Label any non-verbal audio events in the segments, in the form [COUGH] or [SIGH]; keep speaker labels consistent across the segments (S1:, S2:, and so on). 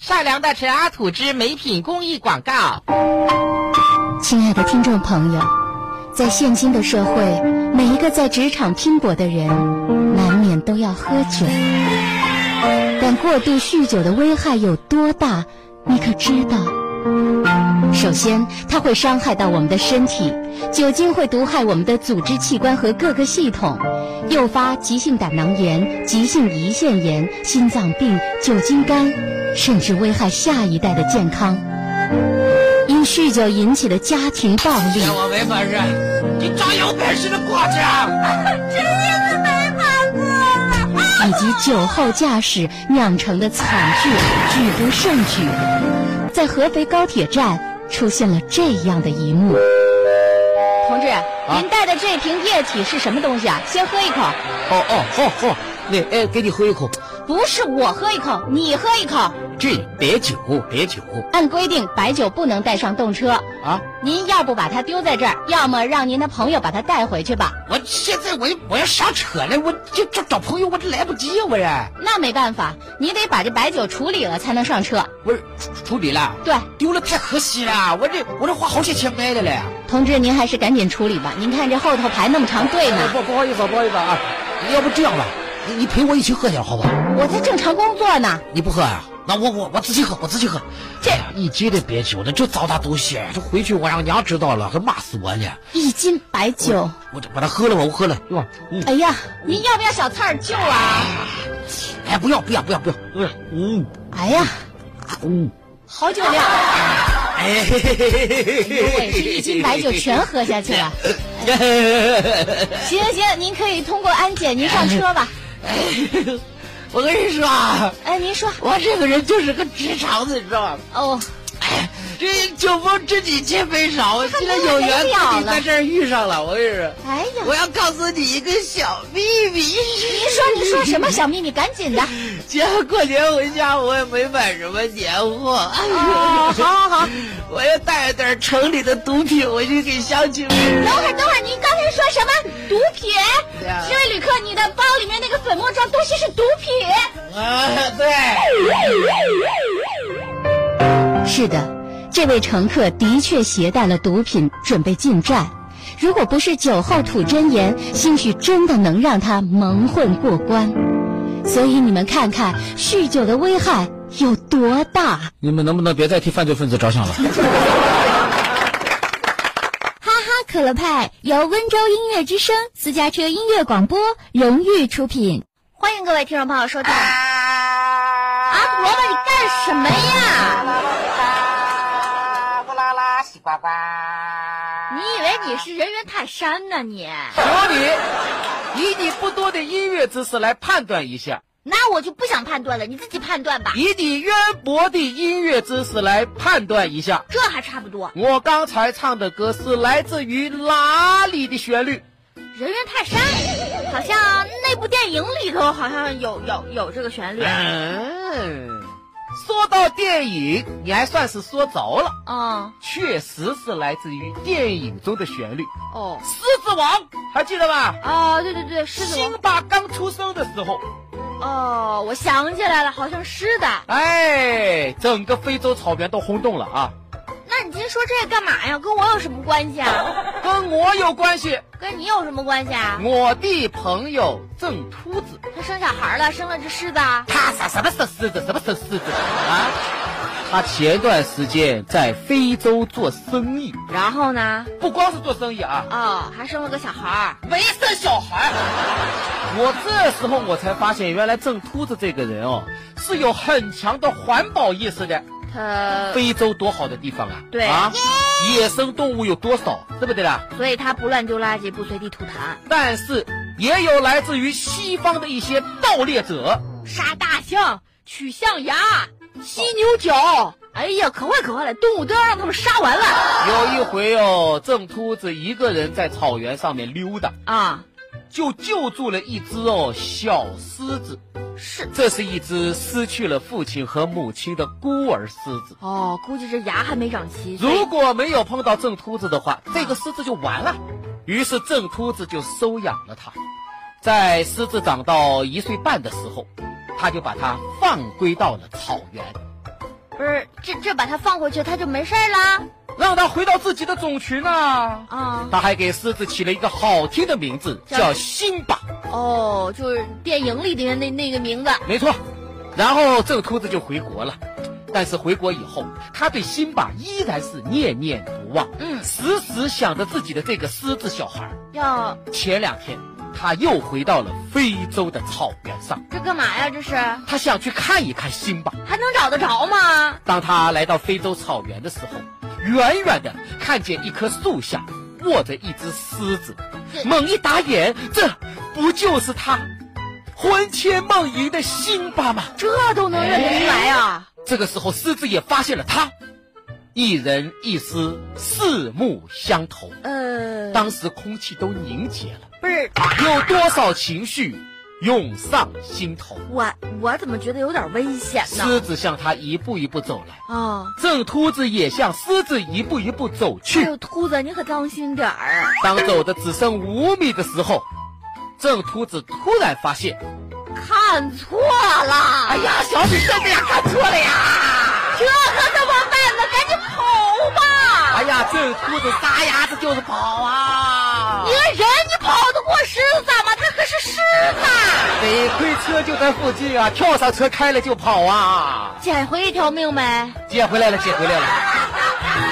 S1: 善良的陈阿土之美品公益广告。
S2: 亲爱的听众朋友，在现今的社会，每一个在职场拼搏的人，难免都要喝酒。但过度酗酒的危害有多大，你可知道？首先，它会伤害到我们的身体，酒精会毒害我们的组织器官和各个系统，诱发急性胆囊炎、急性胰腺炎、心脏病、酒精肝，甚至危害下一代的健康。因酗酒引起的家庭暴力，
S1: 我没本事，你找有本事的过去啊！
S2: 以及酒后驾驶酿成的惨剧举不胜举。在合肥高铁站出现了这样的一幕。同志，您带的这瓶液体是什么东西啊？先喝一口。
S3: 哦哦哦哦，那哎，给你喝一口，
S2: 不是我喝一口，你喝一口。
S3: 这别酒，别酒
S2: 按规定，白酒不能带上动车。
S3: 啊！
S2: 您要不把它丢在这儿，要么让您的朋友把它带回去吧。
S3: 我现在我我要上车了，我就找找朋友，我这来不及呀，啊我这
S2: 那没办法，你得把这白酒处理了才能上车。
S3: 我处处理了，
S2: 对，
S3: 丢了太可惜了，我这我这花好些钱买的嘞。
S2: 同志，您还是赶紧处理吧。您看这后头排那么长队呢。
S3: 哎不不好意思，不好意思啊，要不这样吧，你你陪我一起喝点好吧？
S2: 我在正常工作呢。
S3: 你不喝啊？那我我我自己喝，我自己喝。
S2: 这
S3: 哎呀一斤的别酒了，就糟蹋东西，这回去我让娘知道了，还骂死我呢。
S2: 一斤白酒，
S3: 我这把它喝了吧，我喝了，哟，嗯，
S2: 哎呀，您要不要小菜儿就啊？
S3: 哎，不要不要不要不要，嗯
S2: 哎呀，
S3: 嗯， [LAUGHS]
S2: 好酒量，
S3: 哎嘿嘿嘿嘿嘿嘿嘿，
S2: 我也是一斤白酒全喝下去了。行行行，您可以通过安检，您上车吧。
S3: 我跟你说啊，
S2: 哎，您说，
S3: 我这个人就是个直肠子，你知道吗？
S2: 哦，
S3: 哎，这酒逢知己千杯少，我今天有缘跟你在这儿遇上了，我跟你说，
S2: 哎呀，
S3: 我要告诉你一个小秘密。
S2: 您说您说什么小秘密？赶紧的。
S3: 今儿过年回家，我也没买什么年货。
S2: 哦，好好好，
S3: 我要带着点城里的毒品回去给乡亲们。
S2: 等会儿等会儿，您刚才说什么毒品
S3: 对啊？
S2: 这位旅客，你的包里面那个粉末状东西是毒品。
S3: 啊，对，
S2: 是的，这位乘客的确携带了毒品，准备进站。如果不是酒后吐真言，兴许真的能让他蒙混过关。所以你们看看酗酒的危害有多大。
S3: 你们能不能别再替犯罪分子着想了？
S4: 哈哈可乐派由温州音乐之声私家车音乐广播荣誉出品。
S2: 欢迎各位听众朋友收听。啊，
S4: 啊
S2: 萝卜，你干什么呀？
S1: 呼啦啦，西瓜瓜。
S4: 你以为你是人猿泰山呢你？
S5: 小李，以你不多的音乐知识来判断一下，
S4: 那我就不想判断了，你自己判断吧。
S5: 以你渊博的音乐知识来判断一下，
S4: 这还差不多。
S5: 我刚才唱的歌是来自于哪里的旋律？
S4: 人猿泰山，好像那部电影里头好像有有有这个旋律。
S5: 嗯，说到电影，你还算是说着了，
S4: 嗯，
S5: 确实是来自于电影中的旋律，《
S4: 哦，
S5: 狮子王》还记得吧？
S4: 哦，对对对，狮子
S5: 辛巴刚出生的时候，
S4: 王。哦，我想起来了，好像是的。
S5: 哎，整个非洲草原都轰动了啊！
S4: 那你今天说这个干嘛呀？跟我有什么关系啊？
S5: 跟我有关系。
S4: 跟你有什么关系啊？
S5: 我的朋友正秃子，
S4: 他生小孩了，生了只狮子啊。
S5: 他啥什么是狮子，什么是狮子啊？他前段时间在非洲做生意，
S4: 然后呢？
S5: 不光是做生意啊，
S4: 哦，还生了个小孩儿。
S5: 没生小孩。我这时候我才发现，原来郑秃子这个人哦，是有很强的环保意识的。
S4: 他，
S5: 非洲多好的地方啊！
S4: 对
S5: 啊，野生动物有多少，对不对啦？
S4: 所以他不乱丢垃圾，不随地吐痰，
S5: 但是也有来自于西方的一些盗猎者，
S4: 杀大象、取象牙、犀牛角。哎呀，可坏可坏了！动物都要让他们杀完了
S5: 有一回哦，郑秃子一个人在草原上面溜达，
S4: 啊！
S5: 就救助了一只哦小狮子。
S4: 是
S5: 这是一只失去了父亲和母亲的孤儿狮子。
S4: 哦，估计这牙还没长齐。所以
S5: 如果没有碰到郑秃子的话，这个狮子就完了。于是郑秃子就收养了它。在狮子长到一岁半的时候，他就把它放归到了草原。
S2: 不是，这这把它放回去，它就没事儿啦。
S5: 让它回到自己的种群啊。
S2: 啊、
S5: 他还给狮子起了一个好听的名字，
S2: 叫
S5: 叫辛巴。
S2: 哦，就是电影里面那那个名字。
S5: 没错，然后这个秃子就回国了。但是回国以后，他对辛巴依然是念念不忘，
S2: 嗯
S5: 时时想着自己的这个狮子小孩儿。
S2: 要
S5: 前两天，他又回到了非洲的草原上，
S2: 这干嘛呀？这是还
S5: 他想去看一看辛巴。
S2: 能找得着吗？
S5: 当他来到非洲草原的时候，远远的看见一棵树下卧着一只狮子，
S2: 这
S5: 猛一打眼，这不就是他魂牵梦萦的辛巴吗？
S2: 这都能认得出来啊？
S5: 这个时候，狮子也发现了他，一人一狮四目相投，
S2: 呃，
S5: 当时空气都凝结了，
S2: 不是
S5: 有多少情绪涌上心头。
S2: 我，我怎么觉得有点危险呢？
S5: 狮子向他一步一步走来，
S2: 啊，
S5: 正秃子也向狮子一步一步走
S2: 这
S5: 去。
S2: 个秃子，你可当心点儿。
S5: 当走的只剩五米的时候，郑秃子突然发现，
S2: 看错了！哎呀，小米真的呀，看错了呀！这可怎么办呢？赶紧跑吧！
S5: 哎呀，郑秃子撒丫子就是跑啊
S2: 一！个人你跑得过狮子吗？它可是狮子，啊
S5: 得亏车就在附近啊，跳上车开了就跑啊！
S2: 捡回一条命呗。
S5: 捡回来了，捡回来了。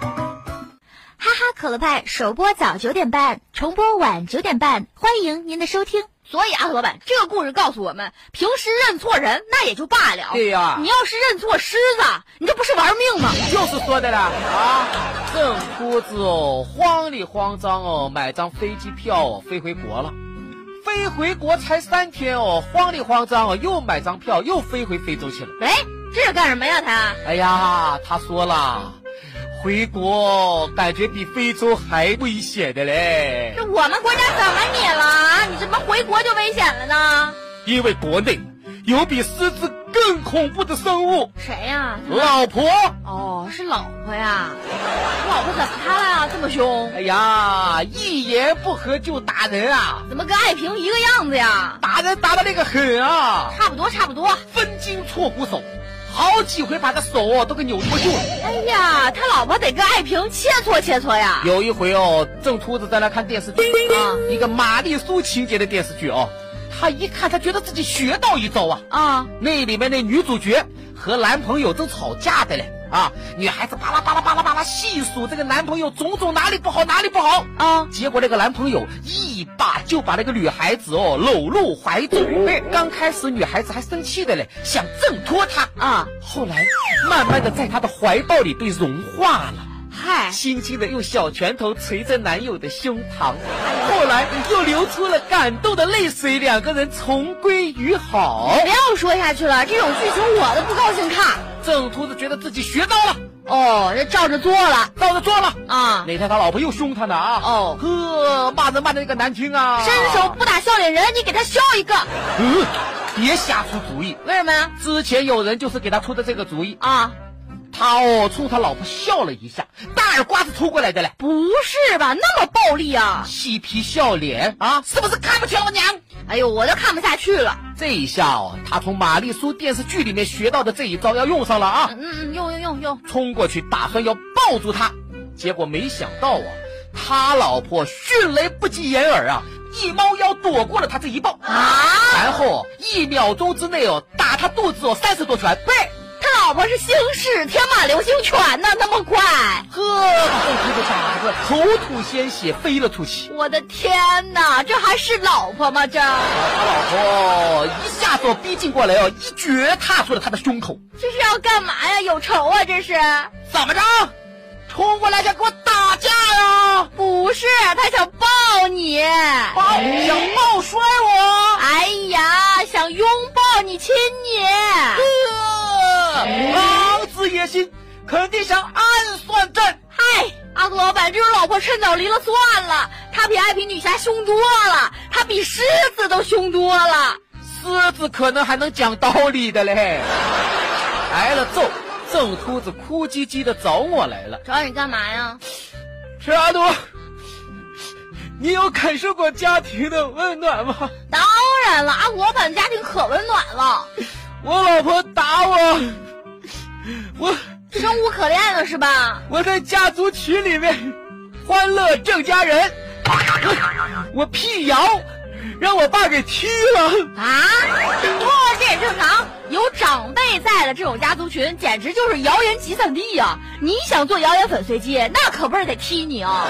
S6: 哈哈可乐派首播早九点半，重播晚九点半，欢迎您的收听。
S2: 所以啊，老板，这个故事告诉我们，平时认错人那也就罢了，
S5: 对呀
S2: 你要是认错狮子，你这不是玩命吗？
S5: 就是说的啦啊！郑秃子哦，慌里慌张哦，买张飞机票哦，飞回国了。飞回国才三天哦，慌里慌张哦，又买张票，又飞回非洲去了。
S2: 喂，哎这是干什么呀？他
S5: 哎呀，他说了，回国感觉比非洲还危险的嘞
S2: 这，我们国家怎么你了啊？你怎么回国就危险了呢？
S5: 因为国内有比狮子更恐怖的生物
S2: 谁呀、
S5: ——老婆。
S2: 哦，是老婆呀！我老婆怎么她了呀？这么凶，
S5: 哎呀，一言不合就打人啊，
S2: 怎么跟爱萍一个样子呀？
S5: 打人打的那个狠啊！
S2: 差不多，差不多。
S5: 分筋错骨手，好几回把他手哦都给扭脱臼了。
S2: 哎呀，他老婆得跟爱萍切磋切磋呀！
S5: 有一回哦，郑秃子在那看电视剧啊，一个玛丽苏情节的电视剧哦，他一看他觉得自己学到一招啊。
S2: 啊，
S5: 那里面那女主角和男朋友正吵架的嘞啊，女孩子巴拉巴拉巴拉巴拉细数这个男朋友种种哪里不好哪里不好
S2: 啊，
S5: 结果那个男朋友一把就把那个女孩子哦搂入怀中。哎刚开始女孩子还生气的嘞，想挣脱他
S2: 啊，
S5: 后来慢慢的在他的怀抱里被融化了。
S2: 嗨，
S5: 轻轻的用小拳头捶着男友的胸膛，后来又流出了感动的泪水，两个人重归于好。
S2: 不要说下去了，这种剧情我都不高兴看。
S5: 郑秃子觉得自己学到了，
S2: 哦，这照着做了
S5: 到了做了。
S2: 啊，
S5: 哪天他老婆又凶他呢啊？
S2: 哦
S5: 呵，骂人骂的那个难听啊！
S2: 伸手，不打笑脸人，你给他削一个，
S5: 嗯，别瞎出主意。
S2: 为什么呀？
S5: 之前有人就是给他出的这个主意，
S2: 啊，
S5: 他哦冲他老婆笑了一下，大耳刮子抽过来的嘞，
S2: 不是吧？那么暴力啊！
S5: 嬉皮笑脸啊，是不是看不起我娘？
S2: 哎呦，我都看不下去了。
S5: 这一下哦，他从玛丽苏电视剧里面学到的这一招要用上了啊！
S2: 嗯嗯，用用用用，
S5: 冲过去打算要抱住他，结果没想到啊，他老婆迅雷不及掩耳啊，一猫腰躲过了他这一抱
S2: 啊
S5: 然后一秒钟之内哦，打他肚子哦三十多拳，呸！
S2: 他老婆是星矢天马流星拳呢，那么快！
S5: 呵，这皮子傻子口吐鲜血飞了出去，
S2: 我的天哪，这还是老婆吗？这
S5: 他老婆一下子逼近过来哦，一脚踏出了他的胸口，
S2: 这是要干嘛呀？有仇啊？这是？
S5: 怎么着？冲过来想跟我打架呀、
S2: 不是，他想抱你。
S5: 抱想抱摔我。
S2: 哎呀，想拥抱你，亲你。
S5: 呃老子野心，肯定想暗算朕。
S2: 嗨，阿杜老板，这种老婆趁早离了算了。他比爱萍女侠凶多了，他比狮子都凶多了。
S5: 狮子可能还能讲道理的嘞。挨了揍，郑秃子哭唧唧的找我来了。
S2: 找你干嘛呀？
S5: 是阿杜，你有感受过家庭的温暖吗？
S2: 当然了，啊，我们家庭可温暖了，
S5: 我老婆打我，我
S2: 生无可恋了是吧？
S5: 我在家族群里面欢乐郑家人， [LAUGHS] 我我辟谣，让我爸给踢了。
S2: 啊，不、这也正常。有长辈在的这种家族群，简直就是谣言集散地呀、啊你想做谣言粉碎机，那可不是得踢你啊！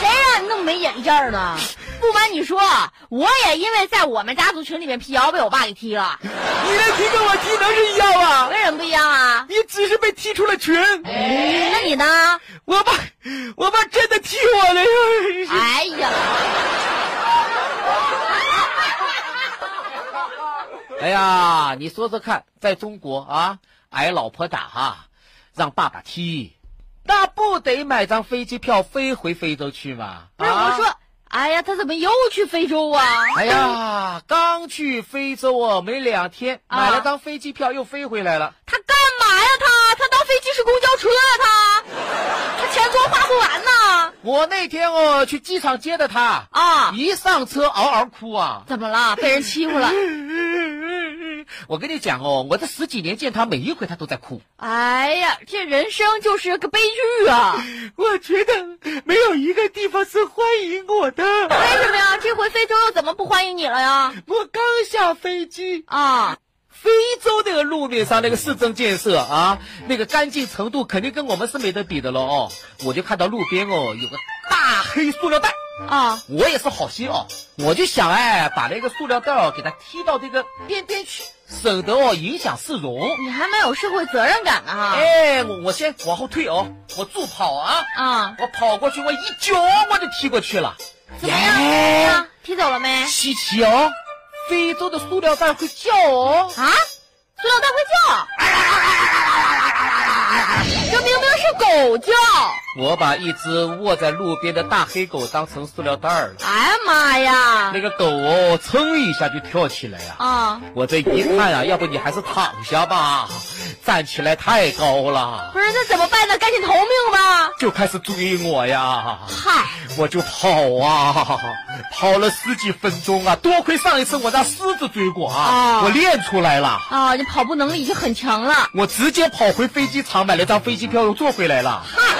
S2: 谁让你那么没眼力劲儿呢？不瞒你说，我也因为在我们家族群里面辟谣，被我爸给踢了。
S5: 你的踢跟我踢能是一样吗？
S2: 为什么不一样啊？嗯
S5: 你只是被踢出了群，
S2: 那你呢？
S5: 我爸，我爸真的踢我了 [LAUGHS] 呀！
S2: 哎呀，
S5: 哎呀，你说说看，在中国啊，挨老婆打哈，让爸爸踢，那不得买张飞机票飞回非洲去吗？
S2: 不是、
S5: 啊
S2: 我说，哎呀，他怎么又去非洲啊？
S5: 哎呀，刚去非洲哦，没两天，
S2: 啊
S5: 买了张飞机票又飞回来了。
S2: 他干嘛呀他？他当飞机是公交车啊他？他钱多花不完呐！
S5: 我那天哦去机场接的他，
S2: 啊，
S5: 一上车嗷嗷哭啊！ [LAUGHS]
S2: 怎么了？被人欺负了？ [LAUGHS]
S5: 我跟你讲哦，我这十几年见他，每一回他都在哭。
S2: 哎呀，这人生就是个悲剧啊！
S5: 我觉得没有一个地方是欢迎我的。
S2: 为什么呀？这回非洲又怎么不欢迎你了呀？
S5: 我刚下飞机，
S2: 啊，
S5: 非洲那个路面上那个市政建设啊，那个干净程度肯定跟我们是没得比的了哦。我就看到路边哦有个大黑塑料袋，
S2: 啊
S5: 我也是好心哦，我就想哎把那个塑料袋哦给它踢到这个边边去，省得哦影响市容。
S2: 你还蛮有社会责任感的哈！
S5: 哎，我我先往后退哦，我助跑啊，
S2: 啊，
S5: 我跑过去，我一脚我就踢过去了。
S2: 怎么样？
S5: 耶
S2: 啊，踢走了没？
S5: 稀奇哦，非洲的塑料袋会叫哦。
S2: 啊，塑料袋会叫，这明明是狗叫！
S5: 我把一只卧在路边的大黑狗当成塑料袋儿了，
S2: 哎呀妈呀！
S5: 那个狗哦，噌一下就跳起来呀、
S2: 啊，
S5: 我这一看啊，要不你还是躺下吧，站起来太高了，
S2: 不是，那怎么办呢？赶紧逃命吧！
S5: 就开始追我呀，
S2: 嗨，
S5: 我就跑啊，跑了十几分钟啊，多亏上一次我让狮子追过啊，
S2: 啊
S5: 我练出来了，
S2: 啊，你跑步能力已经很强了。
S5: 我直接跑回飞机场买了张飞机票又坐回来了。
S2: 嗨，